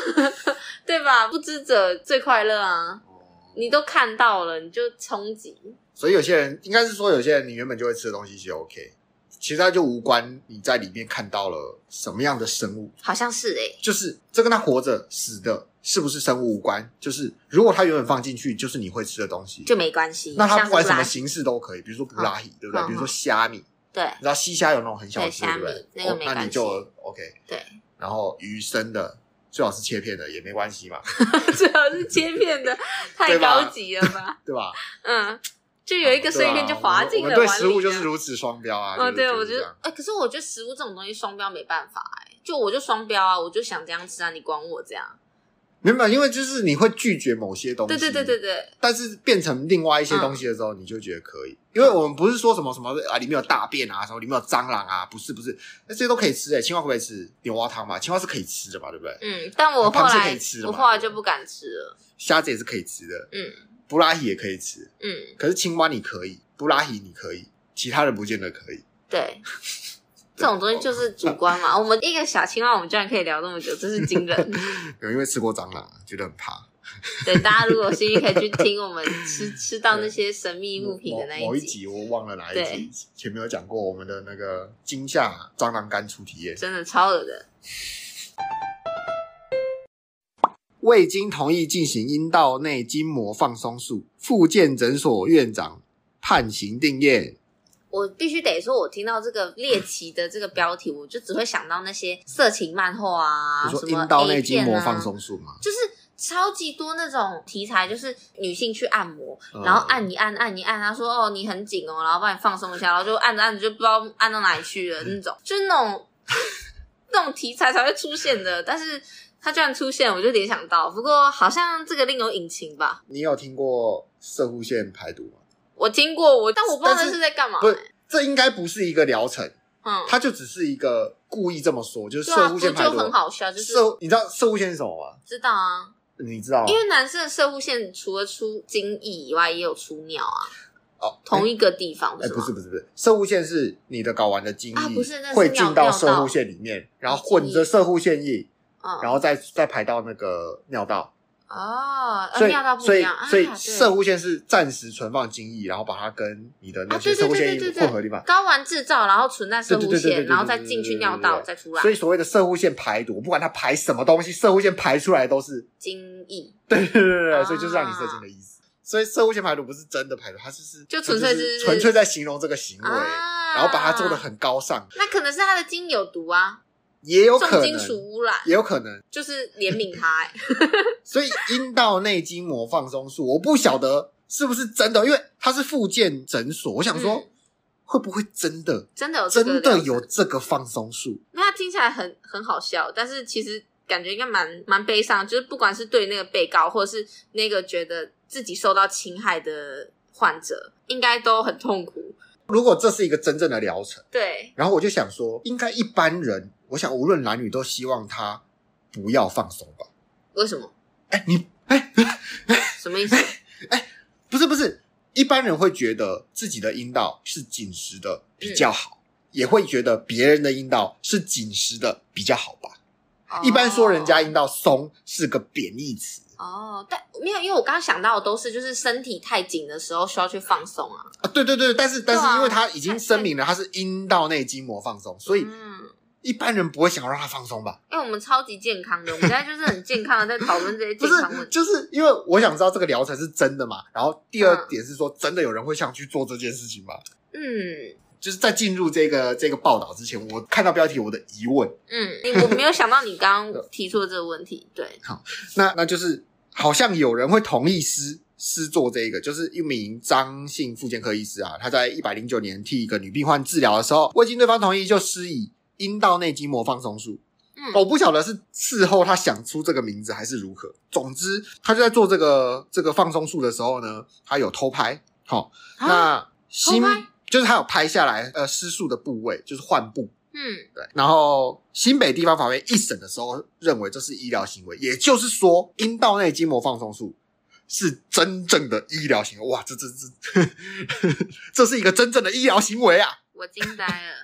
Speaker 2: 对吧？不知者最快乐
Speaker 1: 哦
Speaker 2: 啊！你都看到了，你就冲击。
Speaker 1: 所以有些人应该是说，有些人你原本就会吃的东西就 OK，其实它就无关你在里面看到了什么样的生物，
Speaker 2: 好像是哎、
Speaker 1: 就是这跟它活着死的是不是生物无关，就是如果它原本放进去就是你会吃的东西，
Speaker 2: 就没关系。
Speaker 1: 那它
Speaker 2: 像
Speaker 1: 不
Speaker 2: 是
Speaker 1: 管什么
Speaker 2: 拉
Speaker 1: 形式都可以，比如说布拉希，对不对？
Speaker 2: 嗯
Speaker 1: 比如说虾米，
Speaker 2: 对
Speaker 1: 你知道西虾有那种很小只的，
Speaker 2: 对
Speaker 1: 对不
Speaker 2: 虾
Speaker 1: 对
Speaker 2: 米？那个
Speaker 1: 哦
Speaker 2: 没
Speaker 1: 那
Speaker 2: 关
Speaker 1: 你
Speaker 2: 系
Speaker 1: 就 OK。
Speaker 2: 对，
Speaker 1: 然后鱼生的最好是切片的也没关系嘛，
Speaker 2: 最好是切片的，太
Speaker 1: 对吧
Speaker 2: 高级了吧？
Speaker 1: 对吧？
Speaker 2: 嗯，就有一个碎片就滑进了
Speaker 1: 对啊我们我们对
Speaker 2: 碗
Speaker 1: 食
Speaker 2: 里
Speaker 1: 物就
Speaker 2: 了
Speaker 1: 是如此双标啊。
Speaker 2: 哦，
Speaker 1: 就是
Speaker 2: 对，我
Speaker 1: 就
Speaker 2: 觉
Speaker 1: 是这
Speaker 2: 得
Speaker 1: 样，
Speaker 2: 哎、可是我觉得食物这种东西双标没办法哎、就我就双标啊，我就想这样吃啊，你管我这样？
Speaker 1: 明白，因为就是你会拒绝某些东西，
Speaker 2: 对对对对。对，
Speaker 1: 但是变成另外一些东西的时候，你就觉得可
Speaker 2: 嗯
Speaker 1: 以，因为我们不是说什么什么啊，里面有大便啊，什么里面有蟑螂啊，不是不是，那这些都可以吃诶、哎青蛙可不可以吃？牛蛙汤嘛，青蛙是可以吃的嘛，对不对？
Speaker 2: 嗯，但我后
Speaker 1: 啊螃蟹可
Speaker 2: 来
Speaker 1: 以吃的
Speaker 2: 我
Speaker 1: 嘛
Speaker 2: 后来就不敢吃了，
Speaker 1: 虾子也是可以吃的，
Speaker 2: 嗯
Speaker 1: 布拉提也可以吃，
Speaker 2: 嗯，
Speaker 1: 可是青蛙你可以，布拉提你可以，其他人不见得可以。
Speaker 2: 对。这种东西就是主观嘛，我们一个小青蛙，我们居然可以聊那么久，真是惊 人。
Speaker 1: 有因为吃过蟑螂，觉得很怕。
Speaker 2: 对，大家如果有兴趣可以去听我们 吃吃到那些神秘物品的那
Speaker 1: 某某
Speaker 2: 一
Speaker 1: 一
Speaker 2: 集，
Speaker 1: 集我忘了哪一集，前面有讲过我们的那个惊吓蟑螂干初体验。
Speaker 2: 真的超恶的。
Speaker 1: 未经同意进行阴道内筋膜放松术，复健诊所院长判刑定谳。
Speaker 2: 我必须得说，我听到这个猎奇的这个标题，我就只会想到那些色情漫画啊，
Speaker 1: 你
Speaker 2: 什
Speaker 1: 说
Speaker 2: 么
Speaker 1: 阴道
Speaker 2: A
Speaker 1: 内筋
Speaker 2: 片
Speaker 1: 膜
Speaker 2: 啊，
Speaker 1: 放松术吗？
Speaker 2: 就是超级多那种题材，就是女性去按摩，
Speaker 1: 嗯
Speaker 2: 然后按一按，按一按，她说哦你很紧哦，然后帮你放松一下，然后就按着按着就不知道按到哪里去了 那种，就是那种 那种题材才会出现的，但是。它居然出现，我就联想到。不过好像这个另有隐情吧，
Speaker 1: 你有听过射护腺排毒吗？
Speaker 2: 我听过我，但我不知道
Speaker 1: 但
Speaker 2: 那
Speaker 1: 是
Speaker 2: 是在干嘛、
Speaker 1: 不是，这应该不是一个疗程，
Speaker 2: 嗯，
Speaker 1: 它就只是一个故意这么说，就是
Speaker 2: 对啊，
Speaker 1: 射
Speaker 2: 不
Speaker 1: 护
Speaker 2: 就
Speaker 1: 腺排毒。
Speaker 2: 很好笑，就是
Speaker 1: 射，你知道射护腺是什么吗？
Speaker 2: 知道啊，
Speaker 1: 你知道吗？
Speaker 2: 因为男生的射护腺除了出精液以外，也有出尿啊，
Speaker 1: 哦，
Speaker 2: 同
Speaker 1: 哎
Speaker 2: 一个地方，
Speaker 1: 哎、
Speaker 2: 吗
Speaker 1: 不是不是不是，射护腺是你的睾丸的精液、
Speaker 2: 啊不是那是
Speaker 1: 会进
Speaker 2: 尿
Speaker 1: 到
Speaker 2: 尿
Speaker 1: 射
Speaker 2: 道
Speaker 1: 护腺里面，然后混着射护腺液，
Speaker 2: 嗯，
Speaker 1: 然后再再排到那个尿道。
Speaker 2: 哦，呃
Speaker 1: 所以
Speaker 2: 尿道，不
Speaker 1: 所
Speaker 2: 一
Speaker 1: 以
Speaker 2: 样，啊，
Speaker 1: 所以
Speaker 2: 对
Speaker 1: 射护腺是暂时存放精液，然后把它跟你的那
Speaker 2: 啊，
Speaker 1: 些
Speaker 2: 对
Speaker 1: 射
Speaker 2: 对
Speaker 1: 护腺
Speaker 2: 对对
Speaker 1: 液
Speaker 2: 对
Speaker 1: 混合的地
Speaker 2: 对，
Speaker 1: 方。
Speaker 2: 睾丸制造，然后存在射
Speaker 1: 对
Speaker 2: 护
Speaker 1: 对对对对
Speaker 2: 腺，
Speaker 1: 对
Speaker 2: 然后再进去尿
Speaker 1: 对
Speaker 2: 道，
Speaker 1: 对对
Speaker 2: 再出来
Speaker 1: 所以所谓的射护腺排毒，不管它排什么东西，射护腺排出来都是
Speaker 2: 精液，
Speaker 1: 对对对对对，
Speaker 2: 啊
Speaker 1: 所以就是让你射精的意思。所以射护腺排毒不是真的排毒，它就是
Speaker 2: 就纯粹
Speaker 1: 它
Speaker 2: 是
Speaker 1: 纯粹在形容这个行为，
Speaker 2: 啊，
Speaker 1: 然后把它做的，很高尚，
Speaker 2: 那可能是他的精有毒啊，
Speaker 1: 也有可
Speaker 2: 重金
Speaker 1: 能，
Speaker 2: 属污染，
Speaker 1: 也有可能。
Speaker 2: 就是怜悯他，哎
Speaker 1: 所以阴道内筋膜放松术，我不晓得是不是真的，因为它是复健诊所，我想说、
Speaker 2: 嗯哦
Speaker 1: 会不会真的
Speaker 2: 真的有这个
Speaker 1: 真的
Speaker 2: 疗
Speaker 1: 有
Speaker 2: 程，
Speaker 1: 这个放松术，
Speaker 2: 那他听起来很很好笑，但是其实感觉应该蛮蛮悲伤，就是不管是对那个被告，或者是那个觉得自己受到侵害的患者，应该都很痛苦。
Speaker 1: 如果这是一个真正的疗程，
Speaker 2: 对，
Speaker 1: 然后我就想说，应该一般人，我想无论男女都希望他不要放松吧，
Speaker 2: 为什么？
Speaker 1: 哎，你哎
Speaker 2: 什么意思？
Speaker 1: 不是不是，一般人会觉得自己的阴道是紧实的比较好，也会觉得别人的阴道是紧实的比较好吧。
Speaker 2: 哦
Speaker 1: 一般说人家阴道松是个贬义词
Speaker 2: 哦，哦但没有，因为我刚刚想到的都是就是身体太紧的时候需要去放松啊。
Speaker 1: 啊，对对对，但是但
Speaker 2: 对啊
Speaker 1: 是因为他已经声明了他是阴道内筋膜放松，所以
Speaker 2: 嗯，
Speaker 1: 一般人不会想要让他放松吧？
Speaker 2: 因为我们超级健康的，我们现在就是很健康的在讨论这些
Speaker 1: 不
Speaker 2: 健
Speaker 1: 是
Speaker 2: 康问，题。
Speaker 1: 就是因为我想知道这个疗程是真的嘛？然后第二
Speaker 2: 嗯
Speaker 1: 点是说，真的有人会想去做这件事情吗？
Speaker 2: 嗯
Speaker 1: 就是在进入这个这个报道之前，我看到标题，我的疑问，
Speaker 2: 嗯，你我没有想到你刚刚提出的这个问题， 对，
Speaker 1: 那那就是好像有人会同意师师做这个，就是一名张姓妇健科医师啊，他在一百零九年替一个女病患治疗的时候，未经对方同意就施以阴道内筋膜放松术。
Speaker 2: 嗯
Speaker 1: 我不晓得是事后他想出这个名字还是如何。总之，他就在做这个这个放松术的时候呢，他有偷拍，好、
Speaker 2: 啊，
Speaker 1: 那心
Speaker 2: 偷拍
Speaker 1: 就是他有拍下来呃失速的部位，就是患部。
Speaker 2: 嗯
Speaker 1: 对，然后新北地方法院一审的时候认为这是医疗行为，也就是说，阴道内筋膜放松术是真正的医疗行为。哇，这这这，这是一个真正的医疗行为啊！
Speaker 2: 我惊呆了，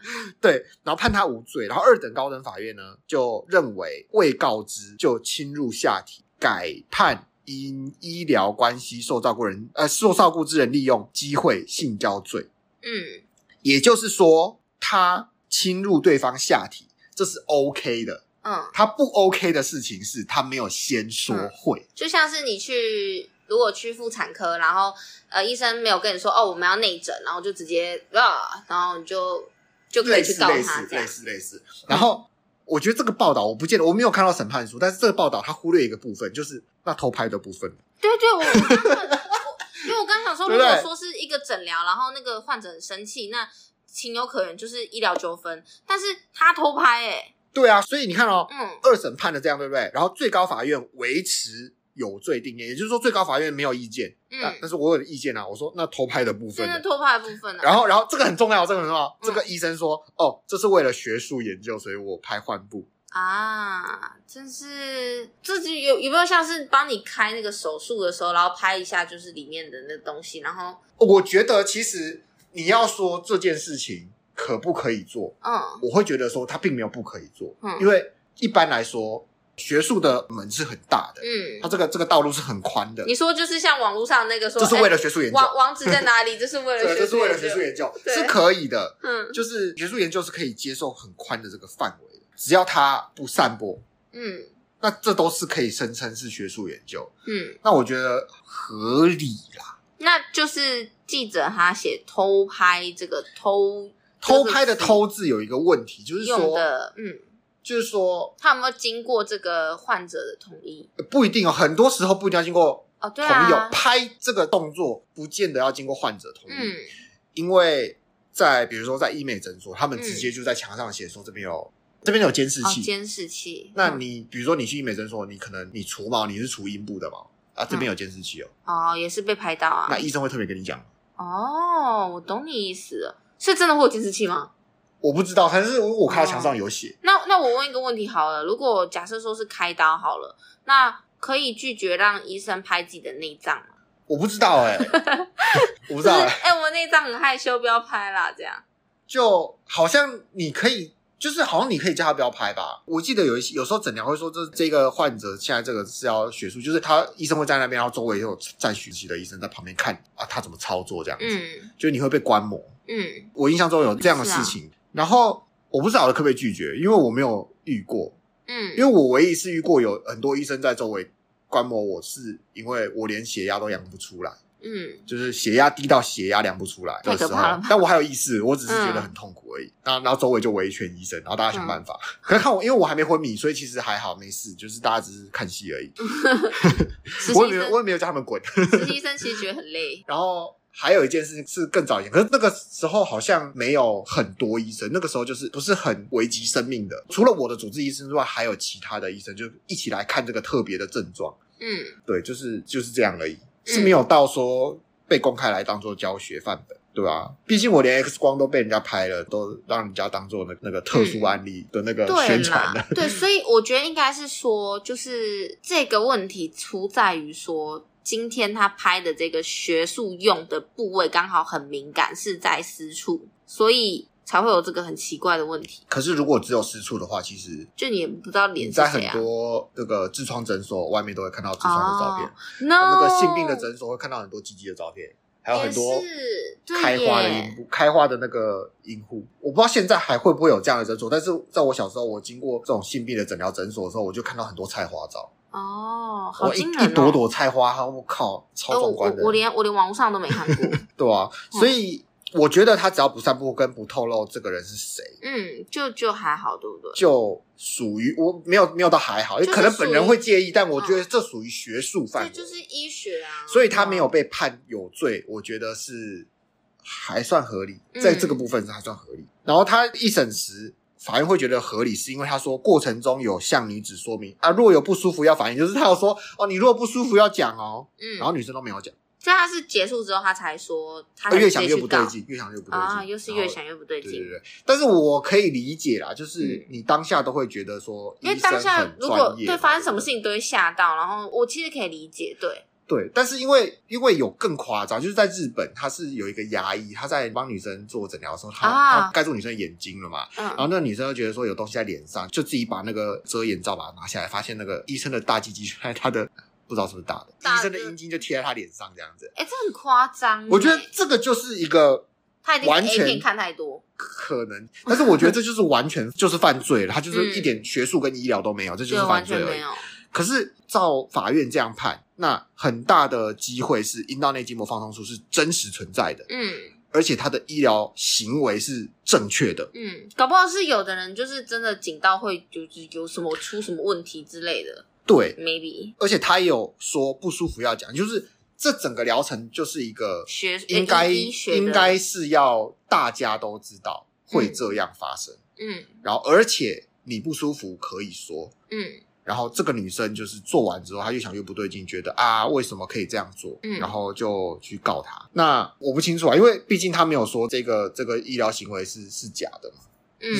Speaker 1: 对，然后判他无罪。然后二等高等法院呢就认为未告知就侵入下体，改判因医疗关系受照顾人呃受照顾之人利用机会性交罪。
Speaker 2: 嗯
Speaker 1: 也就是说，他侵入对方下体，这是 OK 的。
Speaker 2: 嗯，
Speaker 1: 他不 OK 的事情是他没有先说会，
Speaker 2: 就像是你去如果去妇产科，然后呃医生没有跟你说哦我们要内诊，然后就直接啊，然后你就就可
Speaker 1: 类
Speaker 2: 以去
Speaker 1: 似
Speaker 2: 告他
Speaker 1: 类似
Speaker 2: 这样
Speaker 1: 类，似类似。然后我觉得这个报道我不见得我没有看到审判书，但是这个报道他忽略一个部分，就是那偷拍的部分。
Speaker 2: 对对，我 我刚刚我因为我刚想说，
Speaker 1: 对
Speaker 2: 如
Speaker 1: 不
Speaker 2: 果
Speaker 1: 对
Speaker 2: 说是一个诊疗，然后那个患者很生气，那情有可原，就是医疗纠纷。但是他偷拍、欸，
Speaker 1: 对啊，所以你看哦，
Speaker 2: 嗯
Speaker 1: 二审判的这样对不对？然后最高法院维持有罪定谳，也就是说最高法院没有意见，但、
Speaker 2: 嗯，
Speaker 1: 但是我有意见啊，我说那偷拍的部分
Speaker 2: 真
Speaker 1: 呢
Speaker 2: 的偷拍的部分呢、啊
Speaker 1: 然后，然后这个很重要，这个很重要。
Speaker 2: 嗯
Speaker 1: 这个医生说：“哦，这是为了学术研究，所以我拍患部。
Speaker 2: 啊，真是这就有有没有像是帮你开那个手术的时候，然后拍一下就是里面的那东西，然后
Speaker 1: 哦”我觉得其实你要说这件事情可不可以做，
Speaker 2: 嗯
Speaker 1: 我会觉得说它并没有不可以做，
Speaker 2: 嗯
Speaker 1: 因为一般来说学术的门是很大的，它
Speaker 2: 嗯，
Speaker 1: 这个这个道路是很宽的，
Speaker 2: 你说就是像网络上那个说，
Speaker 1: 这是
Speaker 2: 哎
Speaker 1: 为了学术研究，
Speaker 2: 网网址在哪里？这是为了
Speaker 1: 对，这
Speaker 2: 学
Speaker 1: 是
Speaker 2: 术
Speaker 1: 为
Speaker 2: 研究，
Speaker 1: 了学术研究
Speaker 2: 对
Speaker 1: 是可以的，
Speaker 2: 嗯
Speaker 1: 就是学术研究是可以接受很宽的这个范围的，只要它不散播，
Speaker 2: 嗯
Speaker 1: 那这都是可以声称是学术研究。
Speaker 2: 嗯，
Speaker 1: 那我觉得合理啦。
Speaker 2: 那就是记者他写偷拍这个偷
Speaker 1: 偷拍的偷字有一个问题，就是
Speaker 2: 用
Speaker 1: 说，
Speaker 2: 的，嗯，
Speaker 1: 就是说
Speaker 2: 他有没有经过这个患者的同意？
Speaker 1: 呃不一定哦，很多时候不一定要经过
Speaker 2: 哦，对
Speaker 1: 朋
Speaker 2: 啊，
Speaker 1: 友、拍这个动作，不见得要经过患者同意，
Speaker 2: 嗯
Speaker 1: 因为在比如说在医美诊所，他们直接就在墙上写说这边有、这边有监视
Speaker 2: 哦，
Speaker 1: 器。
Speaker 2: 监视器，
Speaker 1: 那
Speaker 2: 嗯
Speaker 1: 你比如说你去医美诊所，你可能你除毛你是除阴部的毛啊，
Speaker 2: 嗯
Speaker 1: 这边有监视器哦，
Speaker 2: 哦也是被拍到啊
Speaker 1: 那，医生会特别跟你讲吗。
Speaker 2: 哦，我懂你意思了，是真的会有监视器吗？
Speaker 1: 我不知道，但是我看到墙上有写，
Speaker 2: 那那我问一个问题好了，如果假设说是开刀好了，那可以拒绝让医生拍自己的内脏吗？
Speaker 1: 我不知道哎、 我不
Speaker 2: 不
Speaker 1: 知道、哎。
Speaker 2: 哎、我内脏很害羞，不要拍啦，这样。
Speaker 1: 就好像你可以，就是好像你可以叫他不要拍吧。我记得有一些有时候诊疗会说，这这个患者现在这个是要学术，就是他医生会在那边，然后周围有在学习的医生在旁边看啊，他怎么操作这样子，
Speaker 2: 嗯
Speaker 1: 就你会被观摩。
Speaker 2: 嗯
Speaker 1: 我印象中有这样的事情，然后我不知道可不可以拒绝，因为我没有遇过，因为
Speaker 2: 嗯，
Speaker 1: 我唯一是遇过有很多医生在周围观摩我，是因为我连血压都量不出来。
Speaker 2: 嗯
Speaker 1: 就是血压低到血压量不出来的
Speaker 2: 太
Speaker 1: 时
Speaker 2: 可
Speaker 1: 候
Speaker 2: 怕了吧，嗯
Speaker 1: 但我还有意识，我只是觉得很痛苦而已。然后，然后周围就围一圈医生，然后大家想办法。可是看我，因为我还没昏迷，所以其实还好，没事，就是大家只是看戏而已。
Speaker 2: 实
Speaker 1: 我
Speaker 2: 习
Speaker 1: 也没有，
Speaker 2: 生
Speaker 1: 我也没有叫他们滚。
Speaker 2: 实习生其实觉得很累，
Speaker 1: 然后还有一件事是更早以前，可是那个时候好像没有很多医生，那个时候就是不是很危及生命的。除了我的主治医生之外，还有其他的医生就一起来看这个特别的症状。
Speaker 2: 嗯
Speaker 1: 对，就是就是这样而已，是没有到说被公开来当做教学范本。对吧？毕竟我连 X 光都被人家拍了，都让人家当做那那个特殊案例的那
Speaker 2: 嗯
Speaker 1: 个
Speaker 2: 对
Speaker 1: 宣传
Speaker 2: 啦
Speaker 1: 的。，
Speaker 2: 对，所以我觉得应该是说，就是这个问题出在于说，今天他拍的这个学术用的部位刚好很敏感，是在私处，所以才会有这个很奇怪的问题。
Speaker 1: 可是如果只有私处的话，其实
Speaker 2: 就你也不知道脸
Speaker 1: 你
Speaker 2: 是
Speaker 1: 在很
Speaker 2: 谁啊
Speaker 1: 多那个痔疮诊所外面都会看到痔疮的
Speaker 2: 哦
Speaker 1: 照片，
Speaker 2: ，no，
Speaker 1: 那个性病的诊所会看到很多鸡鸡的照片，还有很
Speaker 2: 哦
Speaker 1: 多
Speaker 2: 也是对
Speaker 1: 开花的阴
Speaker 2: 耶
Speaker 1: 部、开花的那个阴户。我不知道现在还会不会有这样的诊所，但是在我小时候，我经过这种性病的诊疗诊所的时候，我就看到很多菜花照，
Speaker 2: 哦，好
Speaker 1: 我一
Speaker 2: 惊人、哦、
Speaker 1: 一朵朵菜花，我靠，
Speaker 2: 呃，
Speaker 1: 超
Speaker 2: 我
Speaker 1: 壮
Speaker 2: 我
Speaker 1: 观的。
Speaker 2: 我连我嗯连网络上都没看过，
Speaker 1: 对啊，所以我觉得他只要不散布跟不透露这个人是谁，
Speaker 2: 嗯，就就还好，对不对？
Speaker 1: 就属于我没有没有到还好，因
Speaker 2: 就是
Speaker 1: 为可能本人会介意，但我
Speaker 2: 嗯
Speaker 1: 觉得这属于学术范
Speaker 2: 这
Speaker 1: 围，
Speaker 2: 就是医学啊，
Speaker 1: 所以他没有被判有罪，我觉得是还算合理，
Speaker 2: 嗯
Speaker 1: 在这个部分是还算合理。然后他一审时。法院会觉得合理，是因为他说过程中有向女子说明啊，若有不舒服要反映，就是他有说哦，你如果不舒服要讲哦，
Speaker 2: 嗯，
Speaker 1: 然后女生都没有讲，
Speaker 2: 所以他是结束之后，他才说他
Speaker 1: 越想
Speaker 2: 直
Speaker 1: 越
Speaker 2: 接
Speaker 1: 不
Speaker 2: 去告
Speaker 1: 对劲，越想越不对劲
Speaker 2: 啊，又是
Speaker 1: 然后
Speaker 2: 越想越不对
Speaker 1: 对
Speaker 2: 劲。
Speaker 1: 对对，但是我可以理解啦，就
Speaker 2: 嗯
Speaker 1: 是你当下都会觉得说，
Speaker 2: 因为
Speaker 1: 医生
Speaker 2: 当下
Speaker 1: 很
Speaker 2: 如
Speaker 1: 专
Speaker 2: 果
Speaker 1: 业
Speaker 2: 对
Speaker 1: 嘛
Speaker 2: 发生什么事，情都会吓到，然后我其实可以理解，对，
Speaker 1: 对，但是因为因为有更夸张，就是在日本，他是有一个牙医，他在帮女生做诊疗的时候，他、
Speaker 2: 啊
Speaker 1: 他盖住女生的眼睛了嘛，然后
Speaker 2: 嗯，
Speaker 1: 那个女生就觉得说有东西在脸上，就自己把那个遮眼罩把它拿下来，发现那个医生的大鸡鸡就在他的不知道是不是大的，
Speaker 2: 大
Speaker 1: 医
Speaker 2: 的
Speaker 1: 生的阴茎就贴在他脸上这样子，
Speaker 2: 哎，这很夸张欸，
Speaker 1: 我觉得这个就是一个。
Speaker 2: 他一定
Speaker 1: 完
Speaker 2: 是 A
Speaker 1: 全
Speaker 2: 片看太多，
Speaker 1: 可能，但是我觉得这就是完全就是犯罪了，他就是一
Speaker 2: 嗯
Speaker 1: 点学术跟医疗都没有，这就是
Speaker 2: 对完
Speaker 1: 犯罪
Speaker 2: 全
Speaker 1: 而
Speaker 2: 没
Speaker 1: 已。
Speaker 2: 有，
Speaker 1: 可是照法院这样判，那很大的机会是阴道内筋膜放松术是真实存在的，
Speaker 2: 嗯
Speaker 1: 而且他的医疗行为是正确的。
Speaker 2: 嗯，搞不好是有的人就是真的紧到会就是有什么出什么问题之类的
Speaker 1: 对，
Speaker 2: ，maybe
Speaker 1: 而且他也有说不舒服要讲，就是这整个疗程就是一个
Speaker 2: 学呃
Speaker 1: 应该
Speaker 2: 医医学的
Speaker 1: 应该是要大家都知道会这样发生，
Speaker 2: 嗯
Speaker 1: 然后而且你不舒服可以说。
Speaker 2: 嗯
Speaker 1: 然后这个女生就是做完之后，她越想越不对劲，觉得啊，为什么可以这样做？
Speaker 2: 嗯
Speaker 1: 然后就去告他。那我不清楚啊，因为毕竟她没有说这个这个医疗行为是是假的嘛，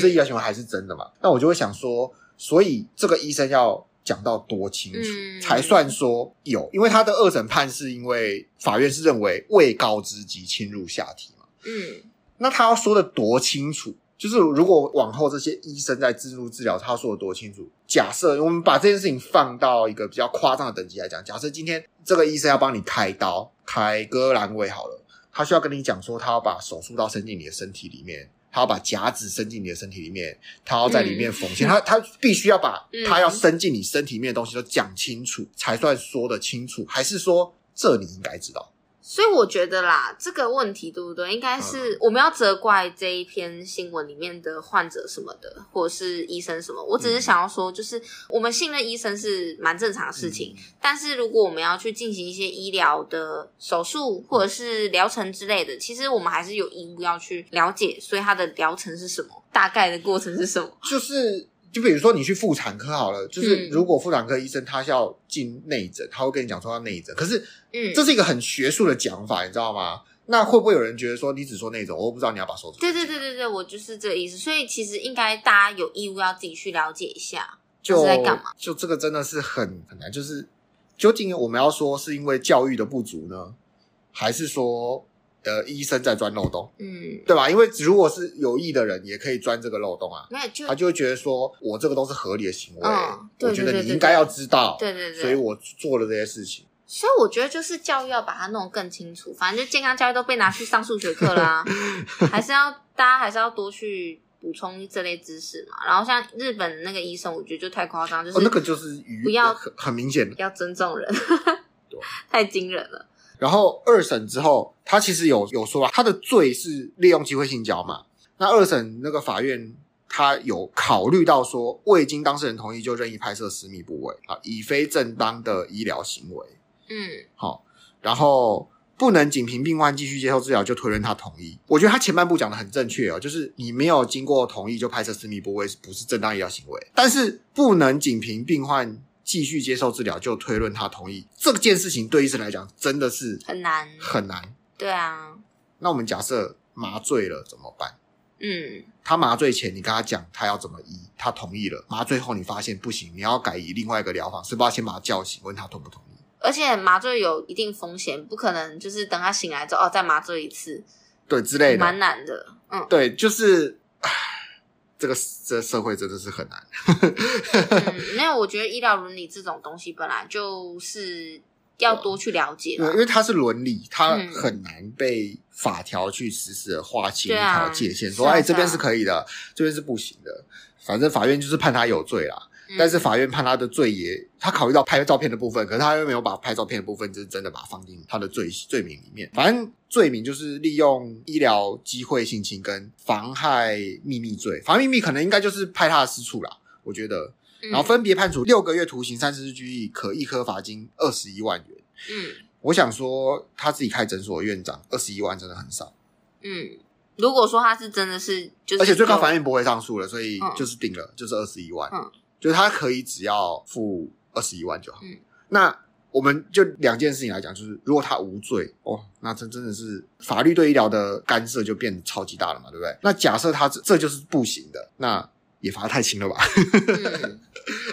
Speaker 1: 这医
Speaker 2: 嗯
Speaker 1: 疗行为还是真的嘛？那我就会想说，所以这个医生要讲到多清楚、
Speaker 2: 嗯
Speaker 1: 才算说有，因为他的二审判是因为法院是认为未告知及侵入下体嘛，
Speaker 2: 嗯
Speaker 1: 那他要说的多清楚？就是如果往后这些医生在进入治疗，他说的多清楚？假设我们把这件事情放到一个比较夸张的等级来讲，假设今天这个医生要帮你开刀，开割阑尾好了，他需要跟你讲说，他要把手术刀伸进你的身体里面，他要把夹子伸进你的身体里面，他要在里面缝线，他他必须要把
Speaker 2: 嗯
Speaker 1: 他要伸进你身体里面的东西都讲清楚，才算说得清楚，还是说这你应该知道？
Speaker 2: 所以我觉得啦，这个问题对不对？应该
Speaker 1: 嗯
Speaker 2: 是我们要责怪这一篇新闻里面的患者什么的，或者是医生什么。我
Speaker 1: 嗯
Speaker 2: 只是想要说，就是我们信任医生是蛮正常的事
Speaker 1: 嗯
Speaker 2: 情，但是如果我们要去进行一些医疗的手术或
Speaker 1: 嗯
Speaker 2: 者是疗程之类的，其实我们还是有义务要去了解，所以它的疗程是什么，大概的过程是什么。
Speaker 1: 就是就比如说你去妇产科好了，就
Speaker 2: 嗯
Speaker 1: 是如果妇产科医生他要进内诊，他会跟你讲说要内诊，可是
Speaker 2: 嗯，
Speaker 1: 这是一个很学术的讲法，你知道吗？那会不会有人觉得说你只说内诊，我又不知道你要把手指？
Speaker 2: 对对对对对，我就是这个意思。所以其实应该大家有义务要自己去了解一下。
Speaker 1: 就
Speaker 2: 这是在干嘛？
Speaker 1: 就这个真的是很很难，就是究竟我们要说是因为教育的不足呢，还是说呃医生在钻漏洞，
Speaker 2: 嗯，
Speaker 1: 对吧？因为如果是有意的人，也可以钻这个漏洞啊。
Speaker 2: 没有就
Speaker 1: 他就会觉得说，我这个都是合理的行为，
Speaker 2: 嗯对
Speaker 1: 我觉
Speaker 2: 对对
Speaker 1: 得你
Speaker 2: 对
Speaker 1: 应该要知道，
Speaker 2: 对对对，
Speaker 1: 所以我做了这些事情。
Speaker 2: 所以我觉得就是教育要把它弄更清楚，反正就健康教育都被拿去上数学课 啦、还是要大家还是要多去补充这类知识嘛。然后像日本那个医生，我觉得就太夸张，就是、
Speaker 1: 哦，那个就是鱼，
Speaker 2: 不要
Speaker 1: 很很明显的。
Speaker 2: 要尊重人
Speaker 1: 对，啊
Speaker 2: 太惊人了。
Speaker 1: 然后二审之后，他其实有有说啊，他的罪是利用机会性交嘛。那二审那个法院他有考虑到说，未经当事人同意就任意拍摄私密部位啊，以非正当的医疗行为。
Speaker 2: 嗯
Speaker 1: 好、然后不能仅凭病患继续接受治疗就推论他同意。我觉得他前半部讲的很正确哦，就是你没有经过同意就拍摄私密部位是不是正当医疗行为？但是不能仅凭病患继续接受治疗就推论他同意这件事情，对医生来讲真的是
Speaker 2: 很难，
Speaker 1: 很难。
Speaker 2: 对啊，
Speaker 1: 那我们假设麻醉了怎么办？
Speaker 2: 嗯，
Speaker 1: 他麻醉前你跟他讲他要怎么医，他同意了；麻醉后你发现不行，你要改以另外一个疗法，是不是要先把他叫醒，问他同不同意？
Speaker 2: 而且麻醉有一定风险，不可能就是等他醒来之后哦再麻醉一次，
Speaker 1: 对之类的。，
Speaker 2: 蛮难的。嗯
Speaker 1: 对，就是唉这个这社会真的是很难。
Speaker 2: 嗯没有，我觉得医疗伦理这种东西本来就是要多去了解
Speaker 1: 因
Speaker 2: 嘛
Speaker 1: 为因。为它是伦理，它
Speaker 2: 嗯
Speaker 1: 很难被法条去实时的划清一
Speaker 2: 对啊
Speaker 1: 条界限，说
Speaker 2: 是啊
Speaker 1: 哎
Speaker 2: 是啊
Speaker 1: 这边是可以的，这边是不行的。反正法院就是判他有罪啦，
Speaker 2: 嗯
Speaker 1: 但是法院判他的罪也，他考虑到拍照片的部分，可是他又没有把拍照片的部分就是真的把它放进他的罪罪名里面。反正罪名就是利用医疗机会性侵跟妨害秘密罪，妨害秘密可能应该就是拍他的私处啦，我觉得。
Speaker 2: 嗯
Speaker 1: 然后分别判处六个月徒刑、三十日拘役，可一科罚金二十一万元。
Speaker 2: 嗯
Speaker 1: 我想说，他自己开诊所的院长，二十一万真的很少，
Speaker 2: 嗯，如果说他是真的是就是，
Speaker 1: 而且最高法院不会上诉了，所以
Speaker 2: 嗯
Speaker 1: 就是定了，就是二十一万，
Speaker 2: 嗯
Speaker 1: 就是他可以只要付二十一万就好。
Speaker 2: 嗯
Speaker 1: 那我们就两件事情来讲，就是如果他无罪，哦，那这真的是法律对医疗的干涉就变得超级大了嘛，对不对？那假设他这这就是不行的，那也罚太轻了吧？
Speaker 2: 嗯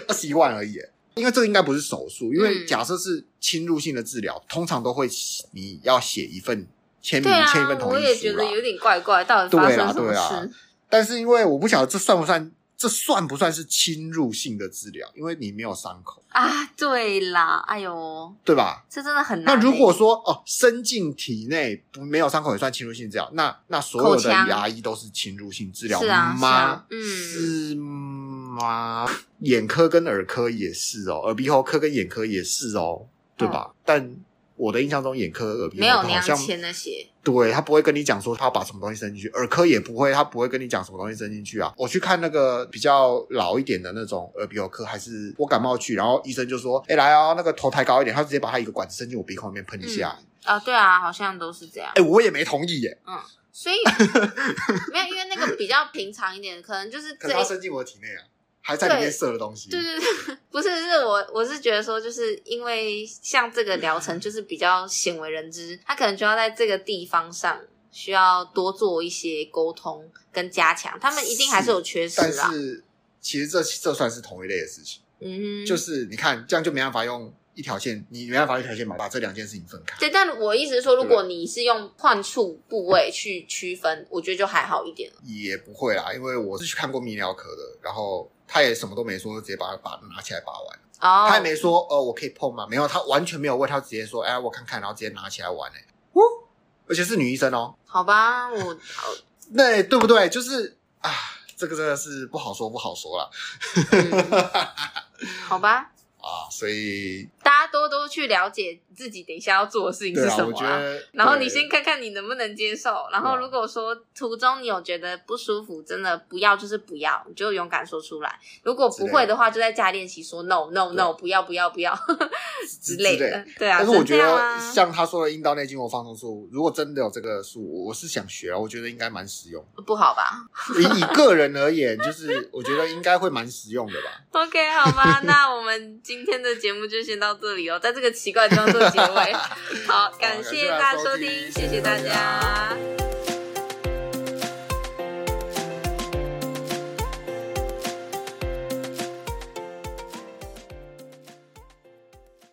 Speaker 1: 二十一万而已耶，因为这个应该不是手术，因为
Speaker 2: 嗯
Speaker 1: 假设是侵入性的治疗，通常都会写你要写一份签名、
Speaker 2: 对啊
Speaker 1: 签一份，同
Speaker 2: 我
Speaker 1: 意
Speaker 2: 也
Speaker 1: 书
Speaker 2: 觉
Speaker 1: 啦
Speaker 2: 得。有点怪怪，到底发
Speaker 1: 对啦啊
Speaker 2: 生什么
Speaker 1: 对啦
Speaker 2: 事？
Speaker 1: 但是因为我不晓得这算不算，这算不算是侵入性的治疗？因为你没有伤口，
Speaker 2: 啊，对啦，哎呦，
Speaker 1: 对吧？
Speaker 2: 这真的很难
Speaker 1: 那
Speaker 2: 欸。
Speaker 1: 如果说哦，伸进体内不没有伤口也算侵入性治疗，那那所有
Speaker 2: 口
Speaker 1: 的
Speaker 2: 腔
Speaker 1: 牙医都是侵入性治疗
Speaker 2: 是啊是
Speaker 1: 吗
Speaker 2: 啊？嗯
Speaker 1: 是吗？眼科跟耳科也是哦，耳鼻喉科跟眼科也是哦，对吧？但我的印象中，眼科、耳鼻
Speaker 2: 嗯没
Speaker 1: 喉
Speaker 2: 有
Speaker 1: 科好
Speaker 2: 娘
Speaker 1: 像
Speaker 2: 签那些，
Speaker 1: 对他不会跟你讲说他要把什么东西伸进去，耳科也不会，他不会跟你讲什么东西伸进去啊。我去看那个比较老一点的那种耳鼻喉科，还是我感冒去，然后医生就说：“哎，来哦，那个头抬高一点。”他直接把他一个管子伸进我鼻孔里面喷一下。
Speaker 2: 啊，对啊，好像都是这样。
Speaker 1: 哎、我也没同意耶，
Speaker 2: 所 以没有，因为那个比较平常一点，可能就是这
Speaker 1: 可是
Speaker 2: 一
Speaker 1: 他伸进我的体内啊，还在里面
Speaker 2: 对
Speaker 1: 射了东西。
Speaker 2: 对对对， 不是，是我我是觉得说，就是因为像这个疗程就是比较鲜为人知，他可能就要在这个地方上需要多做一些沟通跟加强，他们一定还是有啊缺失
Speaker 1: 但
Speaker 2: 啦。
Speaker 1: 是其实这这算是同一类的事情，
Speaker 2: 嗯哼，
Speaker 1: 就是你看这样就没办法用一条线，你没办法用一条线把把这两件事情分开。
Speaker 2: 对，但我意思是说，如果你是用患处部位去区分，我觉得就还好一点了。
Speaker 1: 也不会啦，因为我是去看过泌尿科的，然后他也什么都没说，直接把把拿起来把玩，
Speaker 2: 哦，
Speaker 1: 他也没说呃我可以碰吗？没有，他完全没有问，他直接说哎我看看，然后直接拿起来玩哎、欸，
Speaker 2: 哦
Speaker 1: 呜而且是女医生哦，
Speaker 2: 好吧，我好，
Speaker 1: 那对不对？就是啊，这个真的是不好说不好说啦。
Speaker 2: 嗯、好吧，
Speaker 1: 啊，所以
Speaker 2: 大家多多去了解自己等一下要做的事情
Speaker 1: 对
Speaker 2: 是
Speaker 1: 啊，
Speaker 2: 什
Speaker 1: 我
Speaker 2: 么、
Speaker 1: 觉得，
Speaker 2: 然后你
Speaker 1: 对
Speaker 2: 先看看你能不能接受，然后
Speaker 1: 对啊
Speaker 2: 如果说途中你有觉得不舒服，真的不要就是不要，你就勇敢说出来。如果不会的话，就在家练习说 no no no，不要不要不要之类
Speaker 1: 之类
Speaker 2: 的。对啊，
Speaker 1: 但是我
Speaker 2: 就这
Speaker 1: 觉
Speaker 2: 样
Speaker 1: 得
Speaker 2: 啊，
Speaker 1: 像他说的阴道内筋膜放松术，如果真的有这个术，我是想学啊，我觉得应该蛮实用。
Speaker 2: 不好吧
Speaker 1: 以以个人而言，就是我觉得应该会蛮实用的吧。
Speaker 2: ？OK，好吧，那我们今天的节目就先到这里哦，在 这个奇怪的地方做结尾。好，感谢大家收听，谢谢大家。